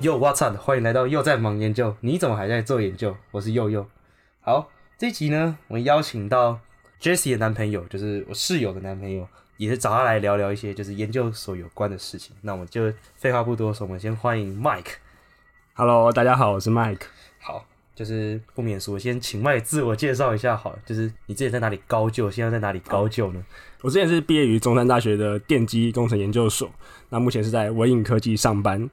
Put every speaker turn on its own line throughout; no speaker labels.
Yo What's Up？欢迎来到又在忙研究，你怎么还在做研究？我是佑佑。好，这一集呢，我们邀请到 Jessie 的男朋友，就是我室友的男朋友，也是找他来聊聊一些就是研究所有关的事情。那我们就废话不多说，我们先欢迎 Mike。
Hello，大家好，我是 Mike。
好，就是不免俗，先请 Mike 自我介绍一下好了，就是你之前在哪里高就，现在在哪里高就呢？
我之前是毕业于中山大学的电机工程研究所，那目前是在微影科技上班。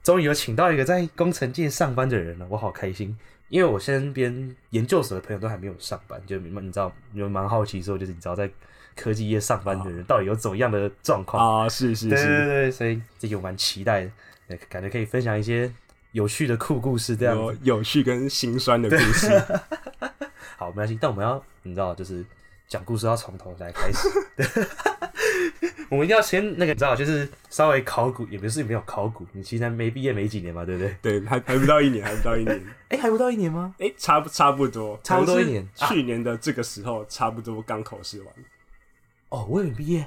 终于有请到一个在工程界上班的人了，我好开心。因为我身边研究所的朋友都还没有上班，就你知道，你们蛮好奇说，就是你知道在科技业上班的人到底有怎么样的状况？
啊、是是
对对对
是，
对，所以这集我蛮期待的，呃感觉可以分享一些有趣的酷故事这样
有
子。
有趣跟心酸的 故事。
好，没关系，但我们要你知道，就是讲故事要从头来开 始。我们一定要先那个，你知道，就是稍微考古，也不是没有考古，你其实还没毕业没几年嘛，对不对？
对，还还不到一年，还不到一年，
哎、还不到一年吗？
哎、差不差不多，
差不多
可能是
一年啊
去年的这个时候，差不多刚考试完。
哦，我也毕业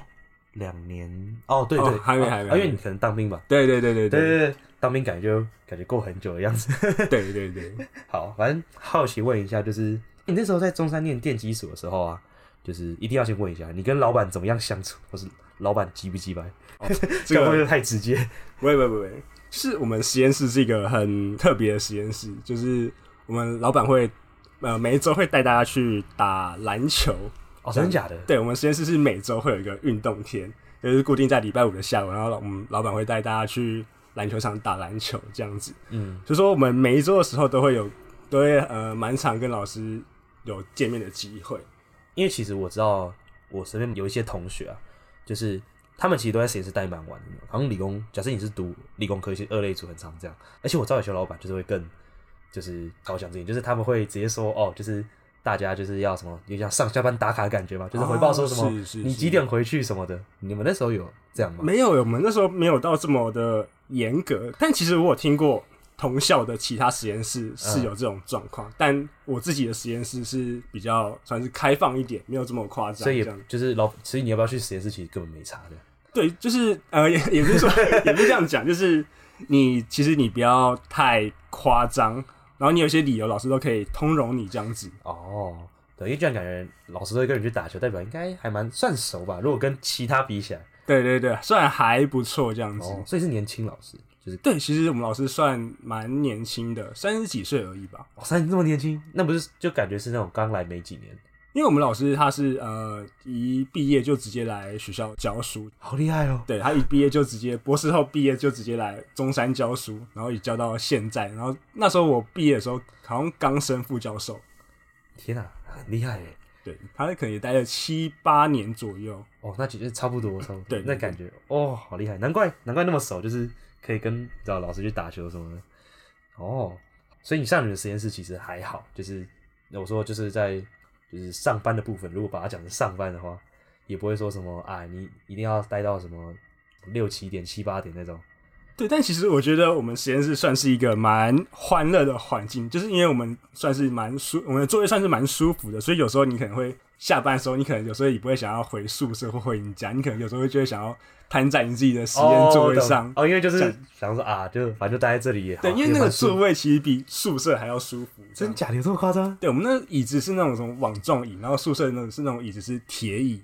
两年哦，对
哦
对，
还没
啊
还没
啊
还
因为
没
你可能当兵吧？
对对对对
对
对
对对，当兵感觉就感觉过很久的样子。
对对对，
好，反正好奇问一下，就是你那时候在中山念电机所的时候啊，就是一定要先问一下，你跟老板怎么样相处，或是老板急不急白？
哦 这
会不
个
会太直接？
喂喂喂喂，是我们实验室是一个很特别的实验室，就是我们老板会呃每一周会带大家去打篮球。
哦，真的假的？
对，我们实验室是每周会有一个运动天，就是固定在礼拜五的下午，然后老我们老板会带大家去篮球场打篮球这样子。
嗯，
就说我们每一周的时候都会有，都会呃蛮常跟老师有见面的机会。
因为其实我知道我身边有一些同学啊，就是他们其实都在实验室待蛮晚的，好像理工，假设你是读理工科系二类组，很常这样。而且我知道有些老板就是会更就是高想这点，就是他们会直接说哦，就是大家就是要什么，有点像上下班打卡的感觉嘛，就是回报说什么、
哦是是嗯
你
是
几点回去什么的。你们那时候有这样吗？
没有，我们那时候没有到这么的严格，但其实我有听过同校的其他实验室
嗯
是有这种状况，但我自己的实验室是比较算是开放一点，没有这么夸张。
所以
这样
也就是老，所以你要不要去实验室，其实根本没差的。
对，就是呃，也也不是说也不是这样讲，就是你其实你不要太夸张，然后你有些理由老师都可以通融你这样子。
哦，对，因为这样感觉老师都会跟你去打球，代表应该还蛮算熟吧。如果跟其他比起来，
对对对，算还不错这样子。
哦，所以是年轻老师，就是
对，其实我们老师算蛮年轻的，三十几岁而已吧。
哇塞，哦你这么年轻，那不是就感觉是那种刚来没几年，
因为我们老师他是呃一毕业就直接来学校教书，
好厉害哦！
对他一毕业就直接博士后毕业就直接来中山教书，然后也教到现在。然后那时候我毕业的时候好像刚升副教授，
天啊，很厉害耶！
对他可能也待了七八年左右。
哦，那其实差不多，差不多，
对对
那感觉哦，好厉害，难怪难怪那么熟，就是可以跟找老师去打球什么的。哦，所以你上你的实验室其实还好，就是我说就是在就是上班的部分，如果把它讲成上班的话，也不会说什么啊，你一定要待到什么六七点、七八点那种。
对，但其实我觉得我们实验室算是一个蛮欢乐的环境，就是因为我们算是蛮舒，我们的座位算是蛮舒服的，所以有时候你可能会下班的时候，你可能有时候也不会想要回宿舍或回你家，你可能有时候就会想要瘫在你自己的实验座位上。
哦，懂哦哦因为就是
讲
想说啊，就反正就待在这里也好。
对，因为那个
蛮舒服
座位其实比宿舍还要舒服。这样
假的有这么夸张？
对，我们那椅子是那种什么网状椅，然后宿舍那种是那种椅子是铁椅，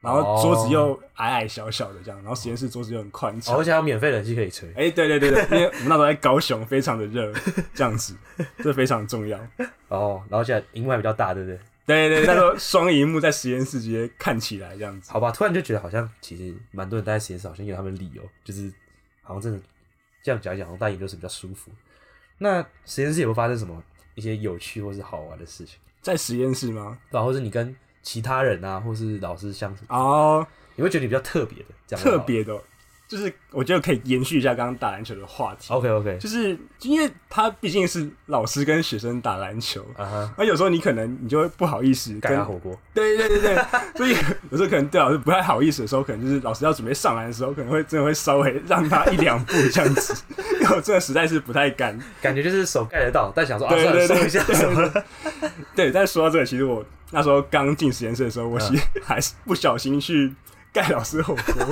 然后桌子又矮矮小小的这样，然后实验室桌子又很宽
哦
敞
而。且还有免费冷气可以吹。
哎、对对对对，因为我们那时候在高雄，非常的热，这样子，这非常重要。
哦，然后现在荧幕还比较大，对不对？
对对对，那时候双荧幕在实验室直接看起来这样子。
好吧，突然就觉得好像其实蛮多人待在实验室，好像有他们的理由，就是好像真的这样讲一讲，好像待研究室比较舒服。那实验室有没有发生什么一些有趣或是好玩的事情？
在实验室吗？
对吧、或是你跟其他人啊，或是老师相处，
哦，
你会觉得你比较特别的，这样
特。别的，就是我觉得可以延续一下刚刚打篮球的话题，
OK OK，
就是因为他毕竟是老师跟学生打篮球。
啊哈，
而有时候你可能你就会不好意思
盖
跟
他火锅。
对对对对，所以有时候可能对老师不太好意思的时候，可能就是老师要准备上篮的时候，可能会真的会稍微让他一两步这样子， 因为我真的实在是不太敢。
感觉就是手盖得到，但想说啊，
对
算了，
对对
收一下什么 的。嗯
对，但说到这个，其实我那时候刚进实验室的时候，我其实还是不小心去盖老师火锅。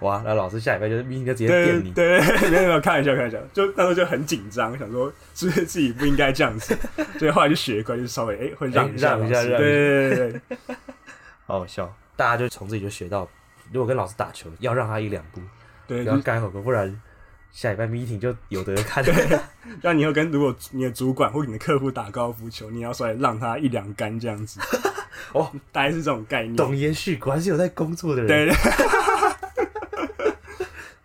哇，那老师下礼拜就是明天就直接
对
电
对
你，
对，没有没有，开玩笑开玩笑，就那时候就很紧张，想说是不是自己不应该这样子， 所以后来就学乖，就稍微哎、会让
哎让一
一
下
下老
让
师，
一下
对对对对对，
好好笑。大家就从这里就学到，如果跟老师打球，要让他一两步，
对
不
就
要
是
盖火锅，不然下礼拜 meeting 就有得看。
让你以后跟如果你的主管或你的客户打高尔夫球，你要稍微让他一两杆这样子，
哦，
大概是这种概念，
懂延续，果然是有在工作的人。
对对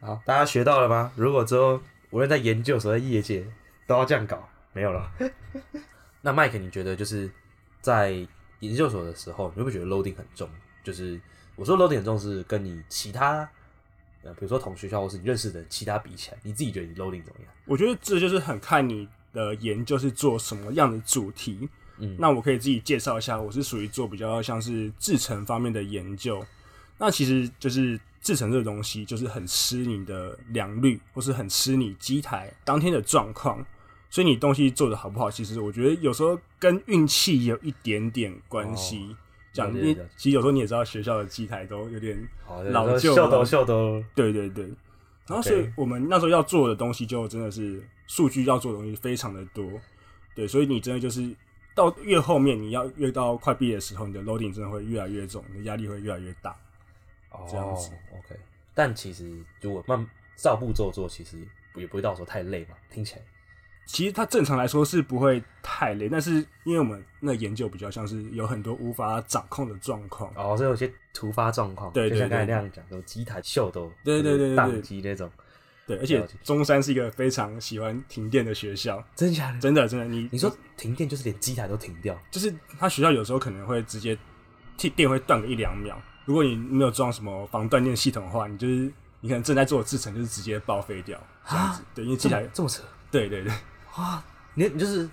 好，大家学到了吗？如果之后无论在研究所、在业界都要这样搞，没有了。 那麦克，你觉得就是在研究所的时候，你会不会觉得 loading 很重？就是我说 loading 很重，是跟你其他呃，比如说同学校或是你认识的其他比起来，你自己觉得你 loading 怎么样？
我觉得这就是很看你的研究是做什么样的主题。
嗯
那我可以自己介绍一下，我是属于做比较像是制成方面的研究。那其实就是制成这个东西，就是很吃你的良率，或是很吃你机台当天的状况。所以你东西做的好不好，其实我觉得有时候跟运气也有一点点关系。讲
哦了解
你
了解
其实有时候你也知道，学校的机台都有点
好，
老
有时候
旧
秀逗
了
秀逗，
对对对。然后，所以
OK
我们那时候要做的东西，就真的是数据要做的东西非常的多，对，所以你真的就是到越后面，你要越到快毕业的时候，你的 loading 真的会越来越重，你的压力会越来越大。这样子
哦、OK。但其实如果慢照步骤做，其实也不会到时候太累嘛。听起来
其实它正常来说是不会太累，但是因为我们那研究比较像是有很多无法掌控的状况，
哦，所以有些突发状况，
对
就
对
像刚才那
对
样讲，有机台秀逗，
对对对对对
宕机那种，
对，而且
了解
中山是一个非常喜欢停电的学校，
真假的？
真的真的，你
你说停电就是连机台都停掉，
就是他学校有时候可能会直接替电会断个一两秒。如果你没有装什么防断电系统的话，你就是你可能正在做制程，就是直接报废掉这样子。对，因为机
这么
台，
这么扯
对对对，
哇！你你就是，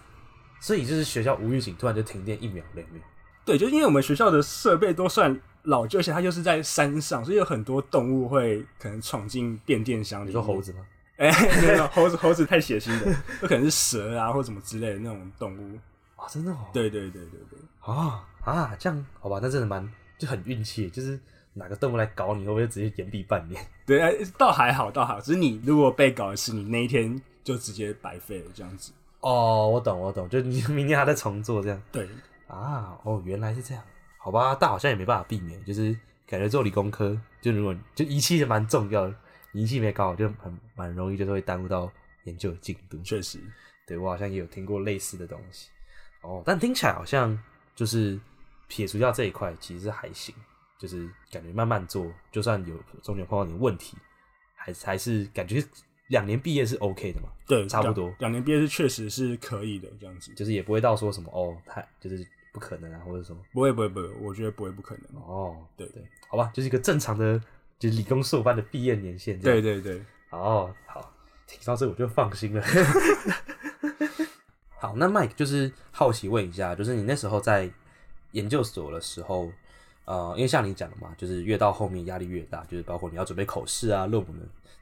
所以就是学校无预警突然就停电一秒两秒，
对，就是因为我们学校的设备都算老旧，而且它又是在山上，所以有很多动物会可能闯进变电箱里。
你说猴？子吗？
哎、没有猴子，猴子太血腥了，有可能是蛇啊或什么之类的那种动物。
哇，真的哦，
对对对对对。
啊啊，这样好吧，那真的蛮就很运气，就是哪个动物来搞你，会不会直接延毕半年？
对，哎倒还好，倒还好。只是你如果被搞一次，你那一天就直接白费了，这样子。
哦，我懂我懂，就你明天还在重做这样
对，
啊？哦，原来是这样，好吧，但好像也没办法避免，就是感觉做理工科，就如果就仪器是蛮重要的，仪器没搞好就很蛮容易就是会耽误到研究的进度。
确实，
对我好像也有听过类似的东西。哦，但听起来好像就是撇除掉这一块，其实还行，就是感觉慢慢做，就算有中间碰到点问题，还还是感觉两年毕业是 OK 的嘛，
对，
差不
两
多
两年毕业是确实是可以的，这样子。
就是也不会到说什么哦，太就是不可能啊，或者什么
不会，不会，不会，我觉得不会，不可能。
哦，
对
对，好吧，就是一个正常的就是理工硕班的毕业年限这样
对对对，
哦，好，听到这我就放心了。 好，那 Mike 就是好奇问一下，就是你那时候在研究所的时候，呃，因为像你讲的嘛，就是越到后面压力越大，就是包括你要准备口试啊、论文。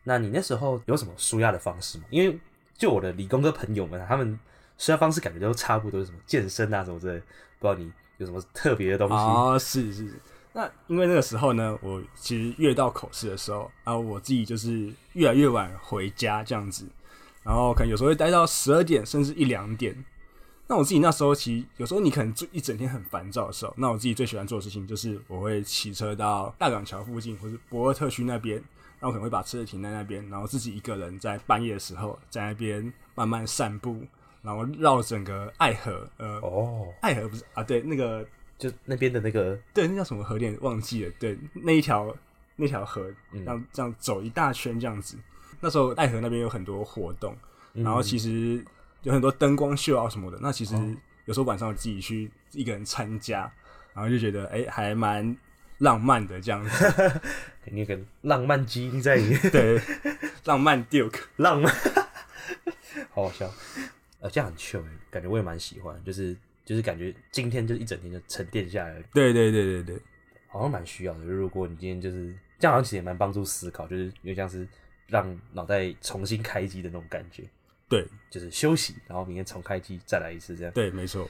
那你那时候有什么舒压的方式吗？因为就我的理工科朋友们啊，他们舒压方式感觉都差不多，什么健身啊什么之类的，不知道你有什么特别的东西？
啊，是是。是那因为那个时候呢，我其实越到口试的时候，啊，我自己就是越来越晚回家这样子，然后可能有时候会待到十二点甚至一两点。那我自己那时候其实有时候你可能就一整天很烦躁的时候，那我自己最喜欢做的事情就是我会骑车到大港桥附近或是博尔特区那边，那我可能会把车子停在那边，然后自己一个人在半夜的时候在那边慢慢散步，然后绕整个爱河，呃，
哦，
爱河不是啊，对，那个
就那边的那个
对，那叫什么河点忘记了。对，那一条那条河，
嗯
这样这样走一大圈这样子。那时候爱河那边有很多活动，
嗯
然后其实有很多灯光秀啊什么的。那其实
哦
有时候晚上我自己去一个人参加，然后就觉得哎、还蛮浪漫的这样子。
那个浪漫基因在你。
对，浪漫 Duke。
浪漫， 好好笑。呃，这样很 chill，欸感觉我也蛮喜欢，就是就是感觉今天就一整天就沉淀下来了，
对对对对对
好像蛮需要的。如果你今天就是这样，好像其实也蛮帮助思考，就是有点像是让脑袋重新开机的那种感觉，
对
就是休息，然后明天重开机再来一次这样。
对，没错。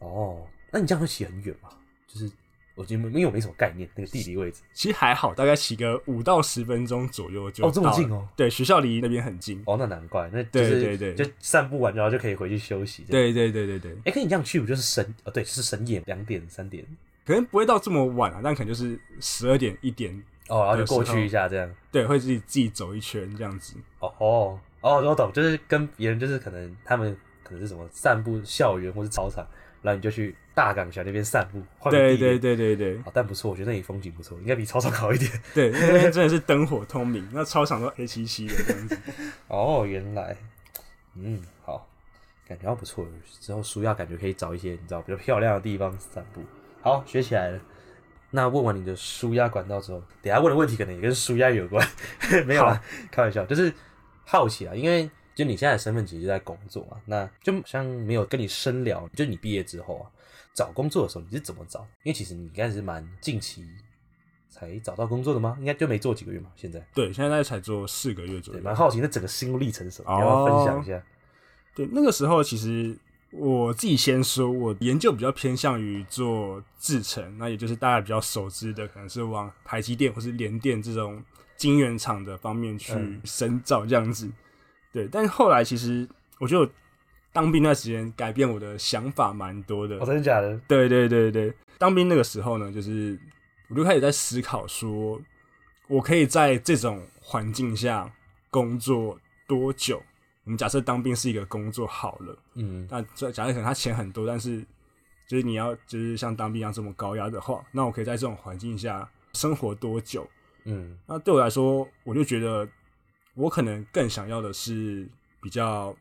哦，那你这样会骑很远吗？就是我觉得因为我没什么概念那个地理位置。
其实还好，大概骑个五到十分钟左右就
哦这么
到了
近哦
对，学校离那边很近。
哦，那难怪，那就是
对对对
就散步完然后就可以回去休息。，
对对对对对，
哎、可你这样去不就是深哦？对，就是深夜两点三点
可能不会到这么晚啊，但可能就是十二点一点，
哦，然后就
有时候
过去一下这样。
对，会自己自己走一圈这样子。
哦哦哦，我懂，就是跟别人就是可能他们可能是什么散步校园或是操场，然后你就去大港桥那边散步，换个
对
地点
对对对对
哦，但不错，我觉得那里风景不错，应该比操场好一点。
对，那边真的是灯火通明，那操场都黑漆漆的这样子。
哦，原来，嗯，好，感觉还不错。之后舒亚感觉可以找一些你知道比较漂亮的地方散步。好，学起来了。那问完你的舒压管道之后，等一下问的问题可能也跟舒压有关， 没有啊，开玩笑，就是好奇啊，因为就你现在的身份其实就在工作啊，那就好像没有跟你深聊，就你毕业之后啊，找工作的时候你是怎么找？因为其实你应该是蛮近期才找到工作的吗？应该就没做几个月嘛，现在。
对，现在大概才做四个月左
对，
右。
蛮好奇那整个心路历程是什么，
哦
你要不要分享一下？
对，那个时候其实我自己先说，我研究比较偏向于做制程，那也就是大家比较熟知的，可能是往台积电或是联电这种晶圆厂的方面去
嗯
深造这样子。对，但是后来其实我觉得我当兵那段时间改变我的想法蛮多的。
哦，真的假的？
对对对对，当兵那个时候呢，就是我就开始在思考说，我可以在这种环境下工作多久？我们假设当兵是一个工作好了，
嗯，
那这假设可能他钱很多，但是就是你要就是像当兵一样这么高压的话，那我可以在这种环境下生活多久？
嗯，
那对我来说，我就觉得我可能更想要的是比较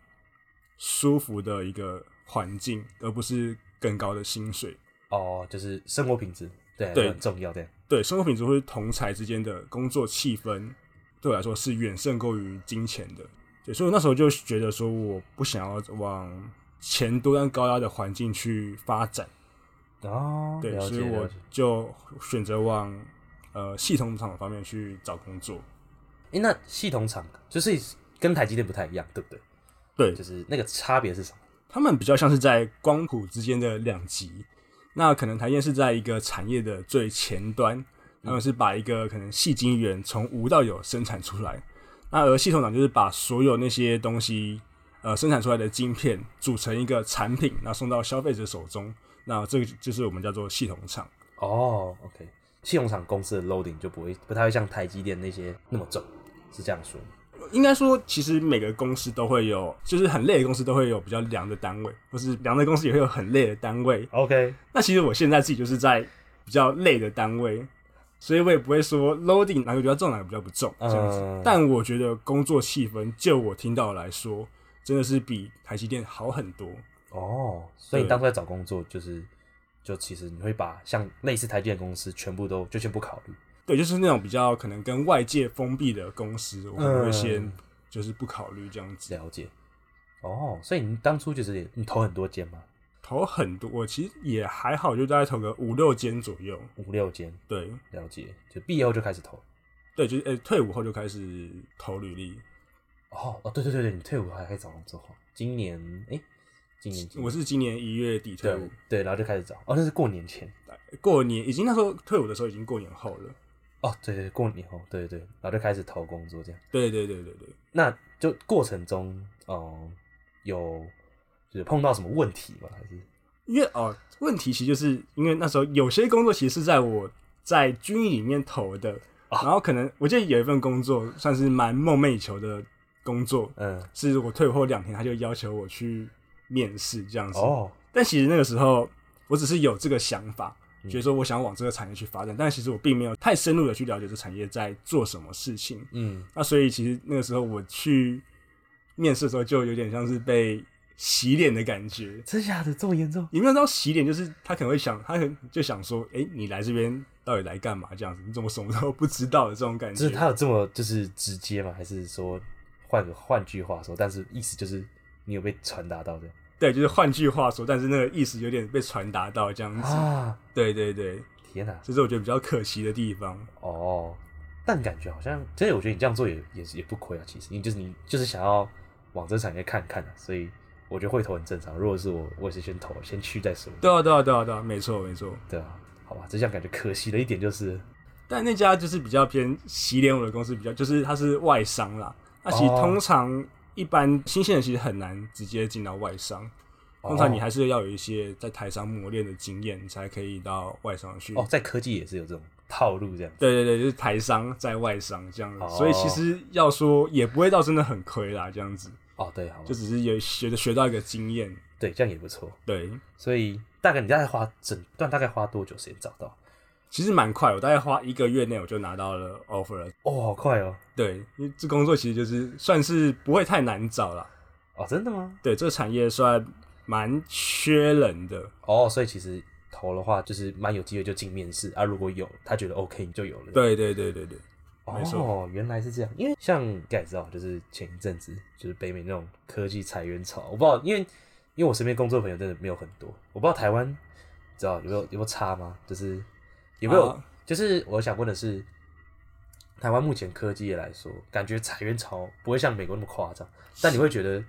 舒服的一个环境，而不是更高的薪水。
哦，就是生活品质，对，
对
很重要的。
对生活品质或是同才之间的工作气氛，对我来说是远胜过于金钱的。对，所以我那时候就觉得说，我不想要往钱多但高压的环境去发展。
哦，
对，
了
所
解
以我
了解。
就选择往呃系统厂方面去找工作。
诶，那系统厂就是跟台积电不太一样，对不对？
对
就是那个差别是什么？
他们比较像是在光谱之间的两极。那可能台电是在一个产业的最前端，他们是把一个可能细晶圆从无到有生产出来。那而系统厂就是把所有那些东西，呃，生产出来的晶片组成一个产品，那送到消费者手中。那这个就是我们叫做系统厂。
哦，OK，系统厂公司的 loading 就不会不太会像台积电那些那么重，是这样说吗？
应该说，其实每个公司都会有，就是很累的公司都会有比较凉的单位，或是凉的公司也会有很累的单位。
OK，
那其实我现在自己就是在比较累的单位，所以我也不会说 loading 哪个比较重，哪个比较不重这样子。
嗯
但我觉得工作气氛，就我听到来说，真的是比台积电好很多。
哦，所以你
对
当初在找工作就是。就其实你会把像类似台积电公司全部都就全部考虑，
对，就是那种比较可能跟外界封闭的公司，我可能会先就是不考虑这样子。
了解。哦，所以你当初就是也你投很多间吗？
投很多，我其实也还好，就大概投个五六间左右。
五六间，
对，
了解。就毕业后就开始投。
对，就是呃、退伍后就开始投履历。
哦哦，对对对对，你退伍还可以找工作哦。今年哎、今年
我是今年一月底退
对
伍，
对，然后就开始找。哦，那是过年前。
过年已经那时候退伍的时候已经过年后了。
哦，对对，过年后，对对对，然后就开始投工作这样。
对对对对对，
那就过程中，哦、有就是碰到什么问题吗？还是
因为哦，问题其实就是因为那时候有些工作其实是在我在军营里面投的，
哦
然后可能我记得有一份工作算是蛮梦寐以求的工作，
嗯，
是我退伍后两天他就要求我去面试这样子。
哦，
但其实那个时候我只是有这个想法，
嗯
觉得说我想往这个产业去发展，但其实我并没有太深入的去了解这产业在做什么事情。
嗯，
那所以其实那个时候我去面试的时候，就有点像是被洗脸的感觉。
真假的这么严重？
也没有到洗脸，就是他可能会想，他可能就想说，哎、你来这边到底来干嘛？这样子，你怎么什么都不知道的这种感
就是
觉。
他有这么就是直接吗？还是说换个换句话说，但是意思就是你有被传达到这样
对，就是换句话说，但是那个意思有点被传达到这样子。
啊？
对对对，
天哪、
这是我觉得比较可惜的地方。
哦，但感觉好像，其实我觉得你这样做也也也不亏啊。其实你就是你就是想要往这产业看看、啊，所以我觉得会投很正常。如果是我，我也是先投，先去再说。
对啊，对啊，对啊，对啊，没错没错。
对啊，好吧，只想感觉可惜的一点就是，
但那家就是比较偏洗脸我的公司，比较就是它是外商啦。那其实
哦
通常一般新鲜人其实很难直接进到外商，通
哦
常你还是要有一些在台商磨练的经验，你才可以到外商去。
哦，在科技也是有这种套路这样。
对对对，就是台商在外商这样子，
哦
所以其实要说也不会到真的很亏啦，这样子
哦，对，好吧，
就只是有学的学到一个经验。
对，这样也不错。
对，
所以大概你大概花整段大概花多久时间找到？
其实蛮快，我大概花一个月内我就拿到了 offer 了。
哦，好快哦！
对，因为这工作其实就是算是不会太难找啦。
哦，真的吗？
对，这个产业算蛮缺人的。
哦，所以其实投的话就是蛮有机会就进面试啊，如果有他觉得 OK 你就有了。，
对对对对对，没
哦
错，
原来是这样。因为像你也知道，就是前一阵子就是北美那种科技裁员潮，我不知道，因为因为我身边工作朋友真的没有很多，我不知道台湾知道有没有有没有差吗？就是有没有？
啊
就是我想问的是，台湾目前科技业来说，感觉裁员潮不会像美国那么夸张，但你会觉得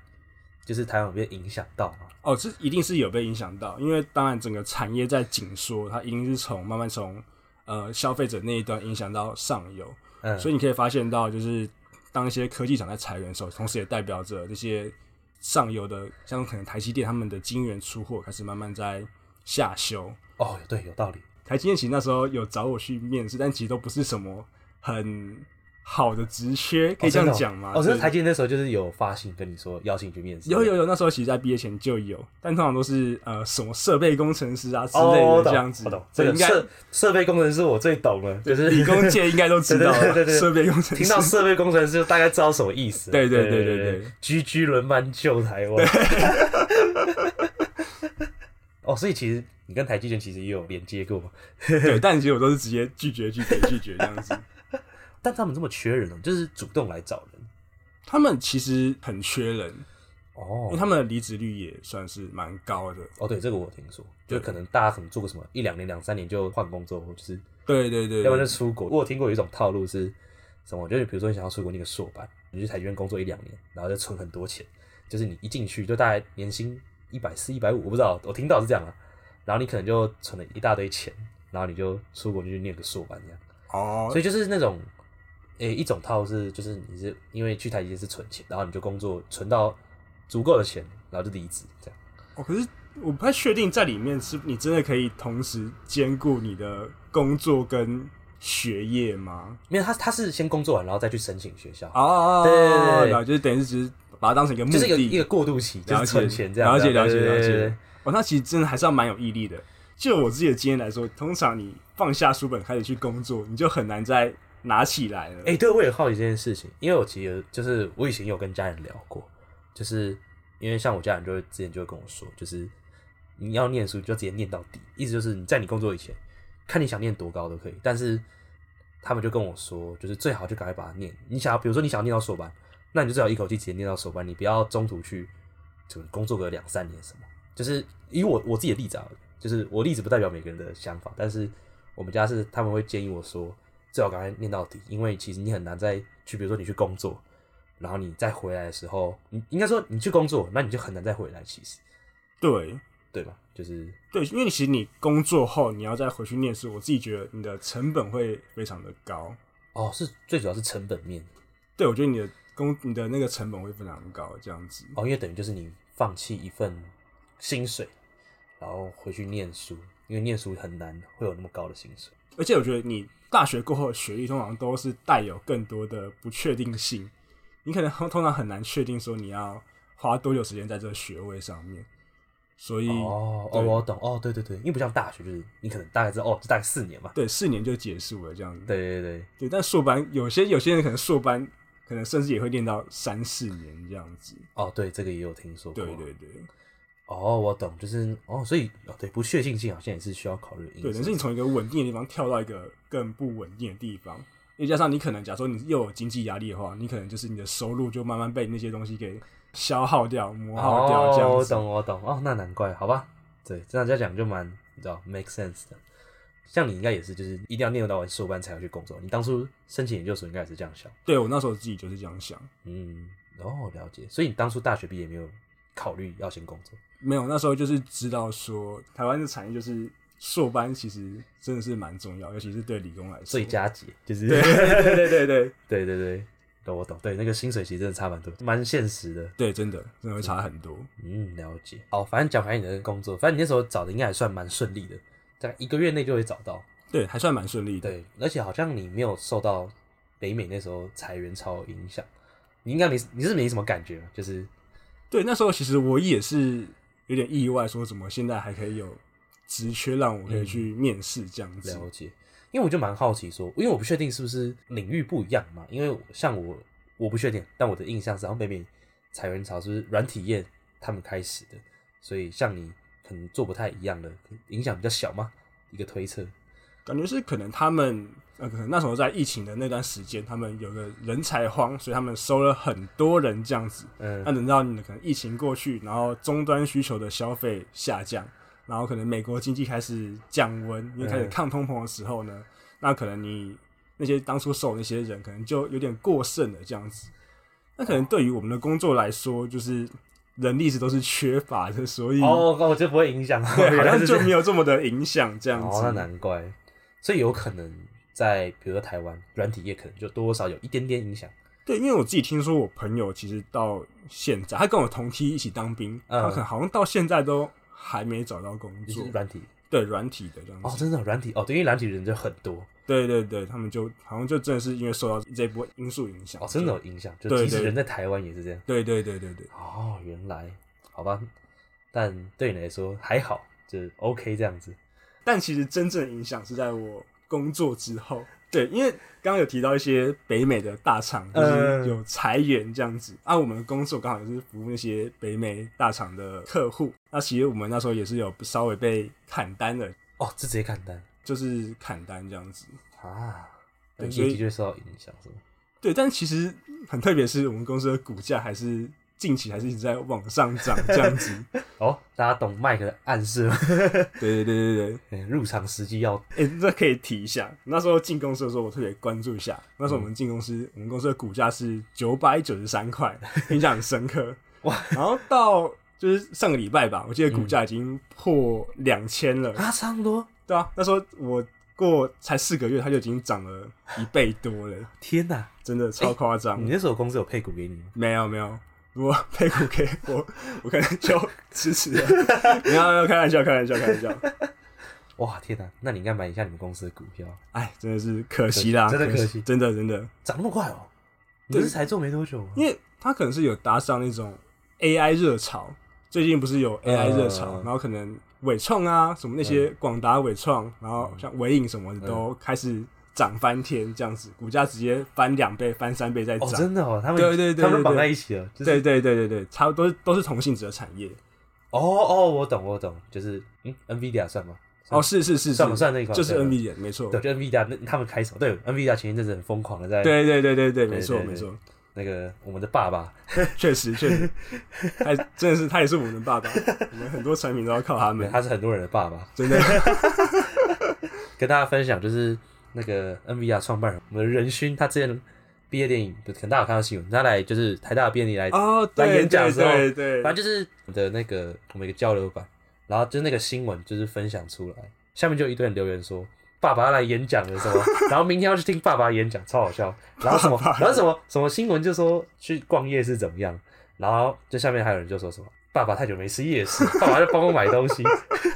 就是台湾有被影响到吗？
哦，这一定是有被影响到，因为当然整个产业在紧缩，它一定是从慢慢从呃消费者那一端影响到上游，
嗯，
所以你可以发现到，就是当一些科技厂在裁员的时候，同时也代表着这些上游的，像可能台积电他们的晶圆出货开始慢慢在下修。
哦，对，有道理。
台积电其实那时候有找我去面试，但其实都不是什么很好的职缺，可以这样讲吗？
哦，
对
所以台积电那时候就是有发信跟你说邀请你去面试，
有有有，那时候其实在毕业前就有，但通常都是呃什么设备工程师啊之
哦
类
我
的
懂
这样子
我懂，，
这
这
应
个
该
设设备工程师我最懂了，就是
理工界应该都知道
对对
啊
对对对
设备工程
听
师
到。设备工程师，就大概知道什么意思。
对对对
对
对对
居居轮班救台湾。 哦，所以其实你跟台积电其实也有连接过，
对，但其实我都是直接拒绝拒绝拒绝这样子。
但他们这么缺人哦，就是主动来找人。
他们其实很缺人，因为
哦，
他们的离职率也算是蛮高的。
哦，对，这个我有听说，就可能大家可能做个什么一两年、两三年就换工作，或就是
对对对
要不
对
然就出国。我有听过有一种套路是什么，就是比如说你想要出国那个硕班，你去台积电工作一两年，然后就存很多钱，就是你一进去就大概年薪一百四、一百五，我不知道，我听到是这样啊。然后你可能就存了一大堆钱，然后你就出国就去念个硕班这样。
哦
所以就是那种，诶、一种套是就是你是因为去台积电是存钱，然后你就工作存到足够的钱，然后就离职这样。
哦，可是我不太确定在里面是你真的可以同时兼顾你的工作跟学业吗？
没有，他他是先工作完，然后再去申请学校，
哦，
对对对对
了解就是等于是只是把它当成一个目
就是一个
的，
一个过渡期，就
了
是
解
存钱这样。
了解了解
对
了。
对对对
解。哦，那其实真的还是要蛮有毅力的。就我自己的经验来说，通常你放下书本开始去工作，你就很难再拿起来了。
哎、对，我也好奇这件事情，因为我其实就是我以前有跟家人聊过，就是因为像我家人就会之前就会跟我说，就是你要念书就直接念到底，意思就是你在你工作以前，看你想念多高都可以，但是他们就跟我说，就是最好就赶快把它念。你想要，比如说你想要念到硕班，那你就最好一口气直接念到硕班，你不要中途去就工作个两三年什么。就是以我我自己的例子啊，就是我例子不代表每个人的想法，但是我们家是他们会建议我说，最好赶快念到底，因为其实你很难再去，比如说你去工作，然后你再回来的时候，你应该说你去工作，那你就很难再回来，其实
对
对吧？就是
对，因为其实你工作后你要再回去念书，我自己觉得你的成本会非常的高。
哦，是最主要是成本面
对，我觉得你的工你的那个成本会非常高，这样子。
哦，因为等于就是你放弃一份薪水，然后回去念书，因为念书很难会有那么高的薪水。
而且我觉得你大学过后的学历通常都是带有更多的不确定性，你可能通常很难确定说你要花多久时间在这个学位上面，所以
哦哦，
嗯对
我懂哦，对对对，因为不像大学，就是你可能大概知道哦，就大概四年嘛。
对四年就结束了这样子。
对对对，
对，但硕班有些有些人可能硕班可能甚至也会念到三四年这样子。
哦对，这个也有听说过。
对对对
哦，我懂，就是哦，所以哦对，不确定性好像也是需要考虑的因素。
对，等于是你从一个稳定的地方跳到一个更不稳定的地方。又加上你可能，假如说你又有经济压力的话，你可能就是你的收入就慢慢被那些东西给消耗掉、磨耗掉这
哦，
样
我
子。
懂我懂哦，那难怪，好吧，对，这样这样讲就蛮你知道 make sense 的。像你应该也是，就是一定要念到完硕班才要去工作。你当初申请研究所应该也是这样想，
对我那时候自己就是这样想，
嗯，哦，了解。所以你当初大学毕业没有考虑要先工作？
没有那时候就是知道说台湾的产业就是硕班其实真的是蛮重要，尤其是对理工来说。
最佳解，就是
对对对对对
对对对，懂我懂，对那个薪水其实真的差蛮多，蛮现实的。
对，真的真的会差很多。
嗯，了解。哦，反正讲回来你的工作，反正你那时候找的应该还算蛮顺利的，大概一个月内就会找到。
对，还算蛮顺利的。
对，而且好像你没有受到北美那时候裁员潮影响，你应该没你是没什么感觉吗，就是
对，那时候其实我也是有点意外，说怎么现在还可以有职缺让我可以去面试这样子。
嗯了解。因为我就蛮好奇说，因为我不确定是不是领域不一样嘛，因为像我我不确定，但我的印象是，好像北美裁员潮是不是软体业他们开始的，所以像你可能做不太一样的，影响比较小嘛，一个推测。
感觉是可能他们呃，可能那时候在疫情的那段时间，他们有个人才荒，所以他们收了很多人这样子。
嗯
那等到你的可能疫情过去，然后终端需求的消费下降，然后可能美国经济开始降温，因
嗯
为开始抗通膨的时候呢，那可能你那些当初受那些人可能就有点过剩了这样子。那可能对于我们的工作来说，就是人力是都是缺乏的，所以
哦，那我就不会影响，
嗯对，好
原来
像
是
就
这
没
样。
有这么的影响这样
哦，那
子。
难怪，所以有可能在比如说台湾软体业可能就多多少少有一点点影响。
对，因为我自己听说，我朋友其实到现在，他跟我同梯一起当兵，
嗯
他可能好像到现在都还没找到工
就
作
是。软体
对，软体的这样子。
哦，真的软体哦，对，因为软体人就很多
对对对，他们就好像就真的是因为受到这波因素影响。
哦，真的
就。
有影响，就
对
即使
对
人在台湾也是这样。
对对对对对
哦，原来，好吧，但对你来说还好，就是 OK 这样子。
但其实真正影响是在我工作之后。对，因为刚刚有提到一些北美的大厂就是
嗯
有裁员这样子，啊，我们的工作刚好也是服务那些北美大厂的客户，那其实我们那时候也是有稍微被砍单的，
哦，这直接看单
就是砍单这样子。
啊，
对
对，
所
业
以
绩就会受到影响，是吗？
对，但其实很特别，是我们公司的股价还是近期还是一直在往上涨这样子。
哦，大家懂 Mike 的暗示吗？
对对对对对，
嗯入场时机要
哎、这可以提一下。那时候进公司的时候，我特别关注一下。那时候我们进公司，我们公司的股价是九百九十 三块，印象很深刻。哇！然后到就是上个礼拜吧，我记得股价已经破两千了。
啊，差不多。
对啊，那时候我过才四个月，它就已经涨了一倍多了，
天哪，
真的超夸张、
你那时候公司有配股给你吗？
没有没有，如果 配股给我，我可能就支持 了。没有没有，开玩笑，开玩笑，开玩笑。
哇，天哪，那你应该买一下你们公司的股票，
哎，真的是可惜啦，
真的可惜
真的真的，
涨那么快哦。你不是才做没多久吗？
因为他可能是有搭上那种 AI 热潮，最近不是有 AI 热潮，
嗯
然后可能伟创啊什么那些广达伟创，
嗯
然后像伟影什么的都开始涨翻天，这样子股价直接翻两倍、翻三倍再
哦，
涨。
真的哦，他们
对对对
他们
对
绑
对
在一起了，就是
对对对对对，差不多都是同性质的产业。
哦哦，我懂我懂，就是嗯，NVIDIA 算吗？
哦，是是是，
算不算那一款
就是
对
NVIDIA 没错。
对，就 NVIDIA 那他们开手，对 NVIDIA 前一阵子很疯狂的在
对对对对对，没错
对对
没错，
那个我们的爸爸，
确实确实，他真的是他也是我们的爸爸，我们很多产品都要靠他们，
他是很多人的爸爸，
真的。
跟大家分享就是那个 NVIDIA 创办人我们的仁勋，他之前毕业典礼，可能大家有看到新闻，他来就是台大的毕业典礼来，
哦，
来
对
演讲
对
的时候
对对，
反正就是我们的那个我们一个交流版，然后就是那个新闻就是分享出来，下面就一堆人留言说。爸爸要来演讲了什么？然后明天要去听爸爸演讲，超好笑。然后什么？然后什么？什么新闻就说去逛夜市怎么样？然后就下面还有人就说什么爸爸太久没吃夜市，爸爸在帮我买东西。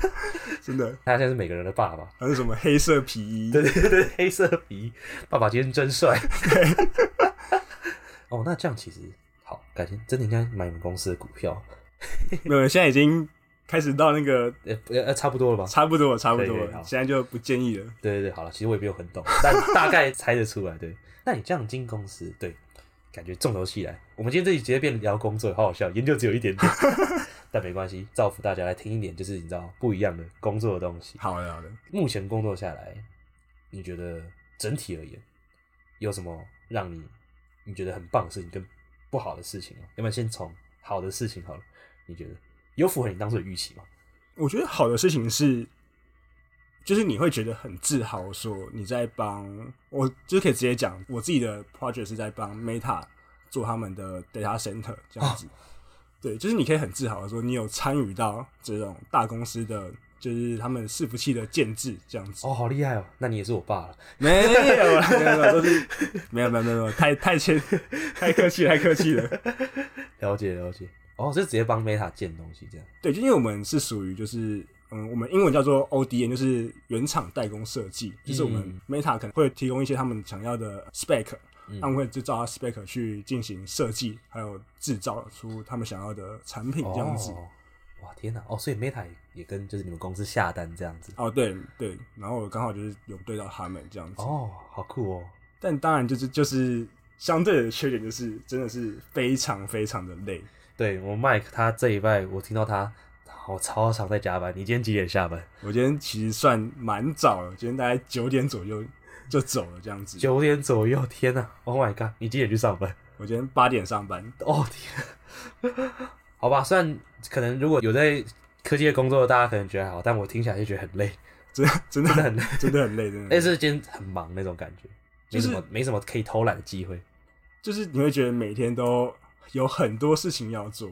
真的，
他现在是每个人的爸爸，
还有什么黑色皮衣，
对对对，黑色皮，爸爸今天真帅。 哦，那这样其实好，改天真的应该买你们公司的股票，
没有，现在已经开始到那个
呃呃呃，差不多了吧？
差不多了，差不多
可以可以
了，
好
现在就不建议了。
对对对，好了，其实我也没有很懂，但大概猜得出来。对，那你这样进公司，对，感觉重头戏来。我们今天这集直接变聊工作，好好笑，研究只有一点 点，但没关系，造福大家来听一点，就是你知道不一样的工作的东西。
好的好的，
目前工作下来，你觉得整体而言有什么让你你觉得很棒的事情跟不好的事情吗？要不然先从好的事情好了，你觉得有符合你当初的预期吗？
我觉得好的事情是，就是你会觉得很自豪，说你在帮我，就是可以直接讲我自己的 project 是在帮 Meta 做他们的 data center
哦
这样子。对，就是你可以很自豪的说，你有参与到这种大公司的就是他们伺服器的建制这样子。
哦，好厉害哦！那你也是我爸了。
没有啦，没有啦，都是没有没有没有没有，太太谦，太客气，太客气 了。
了解了解。哦，就直接帮 Meta 建东西这样。
对，就因为我们是属于就是。嗯，我们英文叫做 ODM，就是原厂代工设计，就是我们 Meta 可能会提供一些他们想要的 spec，
嗯
他们会就照他 spec 去进行设计，还有制造出他们想要的产品这样子。
哦、哇，天哪！哦，所以 Meta 也也跟就是你们公司下单这样子。
哦，对对，然后我刚好就是有对到他们这样子。
哦，好酷哦。
但当然就是就是相对的缺点就是真的是非常非常的累。
对我 Mike，他这一拜我听到他，我超常在加班。你今天几点下班？
我今天其实算蛮早了，今天大概九点左右就走了这样子。
九点左右。天哪！Oh my god！你几点去上班？
我今天八点上班，
哦天， 好吧，虽然可能如果有在科技业工作的大家可能觉得还好，但我听起来就觉得很累，
真的真的
真的 很累，
真的很累，真的
但
很累。
是今天很忙那种感觉，没
就是
什么没什么可以偷懒的机会。
就是你会觉得每天都有很多事情要做。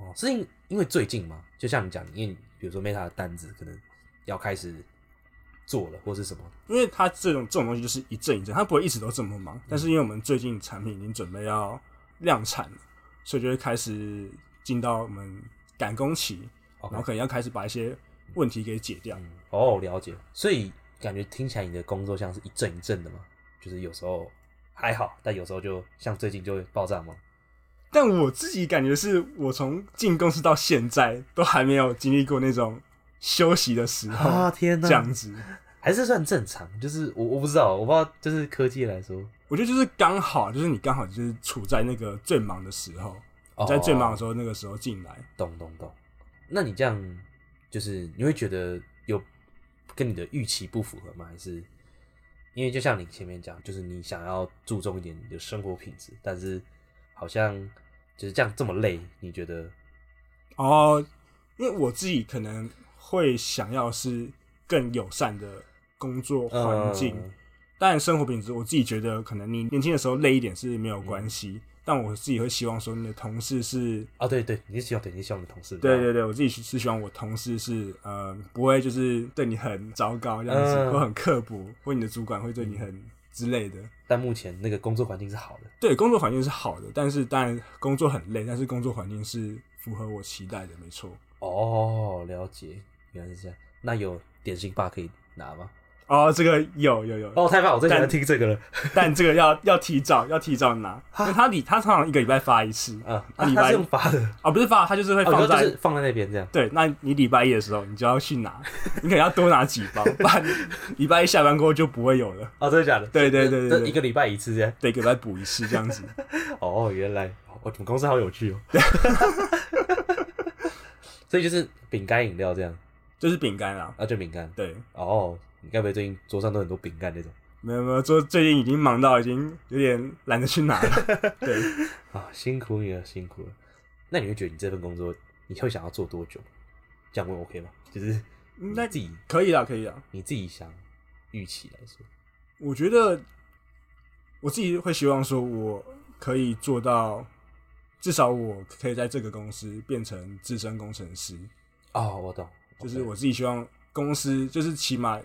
哦，是因因为最近嘛，就像你讲，因为比如说 Meta 的单子可能要开始做了，或是什么，
因为它这种这种东西就是一阵一阵，它不会一直都这么
嗯
忙。但是因为我们最近产品已经准备要量产了，所以就会开始进到我们赶工期，
OK
然后可能要开始把一些问题给解掉。
哦嗯，哦，了解。所以感觉听起来你的工作像是一阵一阵的嘛，就是有时候还好，但有时候就像最近就会爆炸嘛。
但我自己感觉是我从进公司到现在都还没有经历过那种休息的时候，
啊天哪
这样子，
还是算正常，就是我我不知道，我不知道，就是科技来说，
我觉得就是刚好，就是你刚好就是处在那个最忙的时候，
哦
在最忙的时候那个时候进来，
懂懂懂。那你这样就是你会觉得有跟你的预期不符合吗？还是因为就像你前面讲，就是你想要注重一点你的生活品质，但是好像就是这样这么累，你觉得
哦，因为我自己可能会想要是更友善的工作环境，
嗯
当然生活品质我自己觉得可能你年轻的时候累一点是没有关系，
嗯
但我自己会希望说你的同事是
哦，对对，你是希望对，啊你是希望你的同事
对对对，我自己是希望我同事是呃不会就是对你很糟糕这样子，
嗯
或很刻薄，或你的主管会对你很之类的。
但目前那个工作环境是好的。
对，工作环境是好的，但是当然工作很累，但是工作环境是符合我期待的，没错。
哦，了解，原来是这样。那有点心爸可以拿吗？
哦，这个有有有，
哦，太棒！我最喜欢
但
听这个 了。
但这个要要提早要提早拿，因为他礼他通常一个礼拜发一次
啊，
那
啊
礼
他
拜
是用发的，
啊不是发，他就是会
哦，
放
你说就
在
是放在那边这样。
对，那你礼拜一的时候你就要去拿，你可能要多拿几包，不然 礼拜一下班过后就不会有了。
哦，真的假的？
对对对对
这
对
一个礼拜一次这样。
得给他补一次这样子。
哦，原来哦，你们公司好有趣 哦。所以就是饼干饮料这样，
就是饼干啦。
啊，就饼干。
对，
哦，你该不会最近桌上都很多饼干那种
没有没有，做最近已经忙到已经有点懒得去拿了。对，
啊？辛苦你了，辛苦了。那你会觉得你这份工作，你会想要做多久？这样问 OK 吗？就是
应
你
该
自己
可以啦，可以啦。
你自己想预期来说，
我觉得我自己会希望说，我可以做到，至少我可以在这个公司变成资深工程师。
哦，我懂，
就是我自己希望公司，就是起码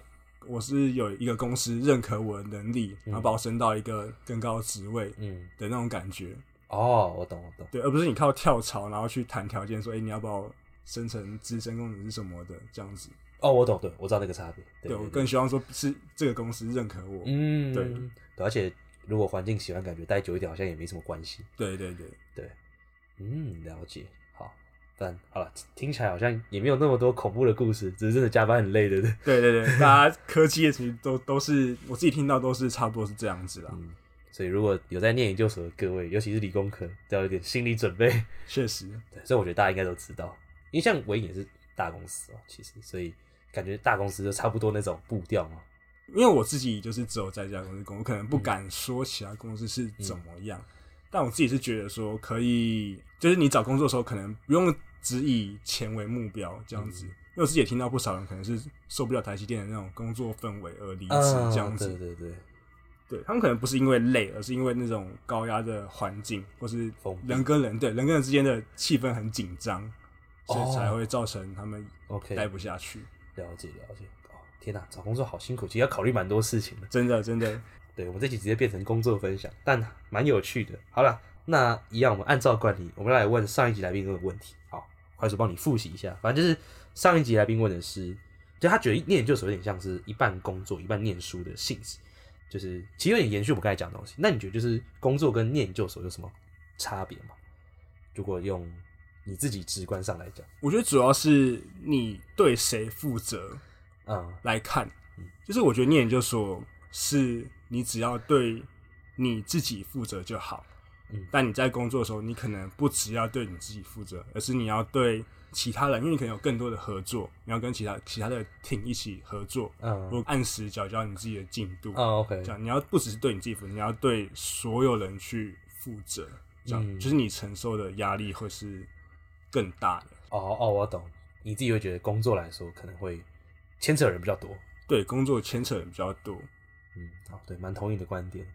我是有一个公司认可我的能力，然后把我升到一个更高的职位
嗯，
的那种感觉。
哦，我懂，我懂，
对，而不是你靠跳槽然后去谈条件说，哎、你要把我升成资深工程师什么的这样子。
哦，我懂，对，我知道那个差别，
对
对
我更希望说是这个公司认可我。
嗯，
对
对，而且如果环境喜欢，感觉待久一点好像也没什么关系，
对对对，
对，嗯，了解，好，但好了，听起来好像也没有那么多恐怖的故事，只是真的加班很累的，对
对对对， 大家科技业其实都都是我自己听到都是差不多是这样子啦。
嗯所以如果有在念研究所的各位，尤其是理工科，都要有点心理准备，
确实，
对，所以我觉得大家应该都知道，因为像维也是大公司哦、其实，所以感觉大公司就差不多那种步调嘛。
因为我自己就是只有在这家公司工作，我可能
嗯
不敢说其他公司是怎么样，但我自己是觉得说可以，就是你找工作的时候可能不用只以钱为目标这样子。
嗯
因为我自己也听到不少人可能是受不了台积电的那种工作氛围而离职
啊
嗯这样子，
对对对，
对他们可能不是因为累，而是因为那种高压的环境，或是
封闭
人跟人对人跟人之间的气氛很紧张，所
哦
以才会造成他们
，OK，
待不下去。
了解了解。哦，天哪、找工作好辛苦，其实要考虑蛮多事情的。
真的真的，
对我们这集直接变成工作分享，但蛮有趣的。好了，那一样我们按照惯例，我们来问上一集来宾问的问题。好，快速帮你复习一下。反正就是上一集来宾问的是，就他觉得念研究所有点像是一半工作一半念书的性质，就是其实有点延续我们刚才讲的东西。那你觉得就是工作跟念研究所有什么差别吗？如果用你自己直观上来讲，
我觉得主要是你对谁负责
嗯，
来看，就是我觉得念研究所是你只要对你自己负责就好。
嗯
但你在工作的时候，你可能不只要对你自己负责，而是你要对其他人，因为你可能有更多的合作，你要跟其他其他的 team 一起合作，
嗯
或按时缴交你自己的进度。
哦，OK，
这样你要不只是对你自己负责，你要对所有人去负责，这样、
嗯
就是你承受的压力会是更大的。
哦哦，我懂，你自己会觉得工作来说可能会牵扯的人比较多。
对，工作牵扯的比较多。
嗯，好，对，蛮同意你的观点。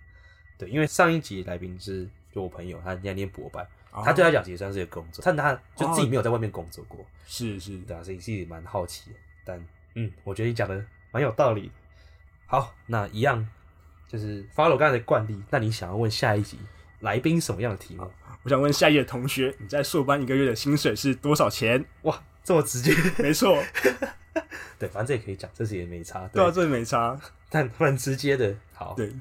对，因为上一集来宾是就我朋友，他人家念博班，
哦
他对他讲也算是一个工作，但他就自己
哦
没有在外面工作过，
是是，
对啊，所以自己蛮好奇的。但嗯，我觉得你讲的蛮有道理的。好，那一样就是 follow 刚才的惯例，那你想要问下一集来宾什么样的题目？
啊我想问下一届同学，你在硕班一个月的薪水是多少钱？
哇，这么直接？
没错，
对，反正这也可以讲，这是也没差。
对
对，
啊，这没差。
但蛮直接的。好，
对，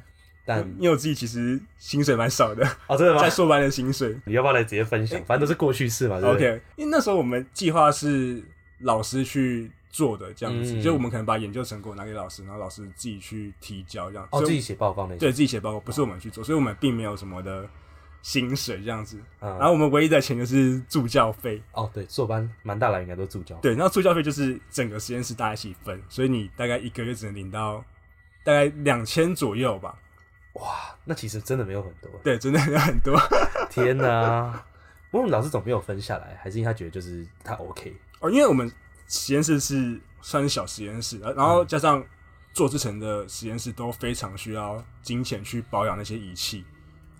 但
因为我自己其实薪水蛮少 的，
哦，真的吗
在？硕班的薪水。
你要不要来直接分享？反正都是过去式嘛，对不对
OK，因为那时候我们计划是老师去做的，这样子，
嗯
就我们可能把研究成果拿给老师，然后老师自己去提交这样。
哦，
所以
自己写报告那些。
对自己写报告，不是我们去做，所以我们并没有什么的薪水这样子。
嗯
然后我们唯一的钱就是助教费，
哦，对，坐班蛮大来应该都助教。
对，那助教费就是整个实验室大家一起分，所以你大概一个月只能领到大概两千左右吧。
哇，那其实真的没有很多。欸
对，真的很多。
天哪！不过我们老师总没有分下来，还是因为他觉得就是他 OK。
哦，因为我们实验室是算是小实验室，呃然
嗯
后加上做制成的实验室都非常需要金钱去保养那些仪器，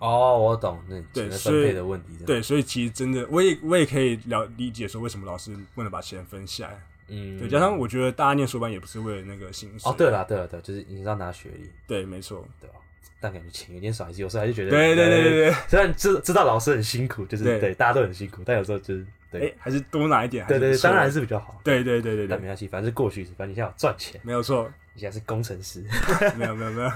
哦，我懂，那
对
钱的
所
分
以
配的问题。，
对，所以其实真的，我也我也可以了理解说为什么老师不能把钱分下来，
嗯，
对，加上我觉得大家念书班也不是为了那个薪水，
哦，对了，对了，对了，就是你知道拿学历，
对，没错，
对吧？但感觉钱有点少，还是有时候还是觉得，
对对对对对，
虽然知知道老师很辛苦，就是
对
对大家都很辛苦，但有时候就是
哎、
对
还是多拿一点，
对对
还
对，
是不错
当然，是比较好。
对对对对
但
对，
没关系，反正是过去式，反正你现在有赚钱，
没有错，
你现在是工程师。
没有没有没有，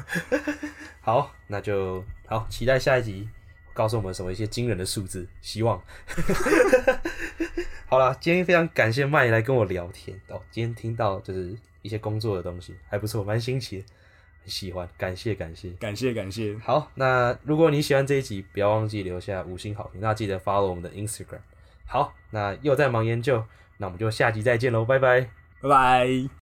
好，那就好，期待下一集告诉我们什么一些惊人的数字，希望。 好啦，今天非常感谢麦来跟我聊天哦，今天听到就是一些工作的东西，还不错，蛮新奇的，很喜欢，感谢感谢。
感谢感谢，
好，那如果你喜欢这一集，不要忘记留下五星好评，那记得 follow 我们的 Instagram。好，那又在忙研究，那我们就下集再见喽，拜拜。
拜拜。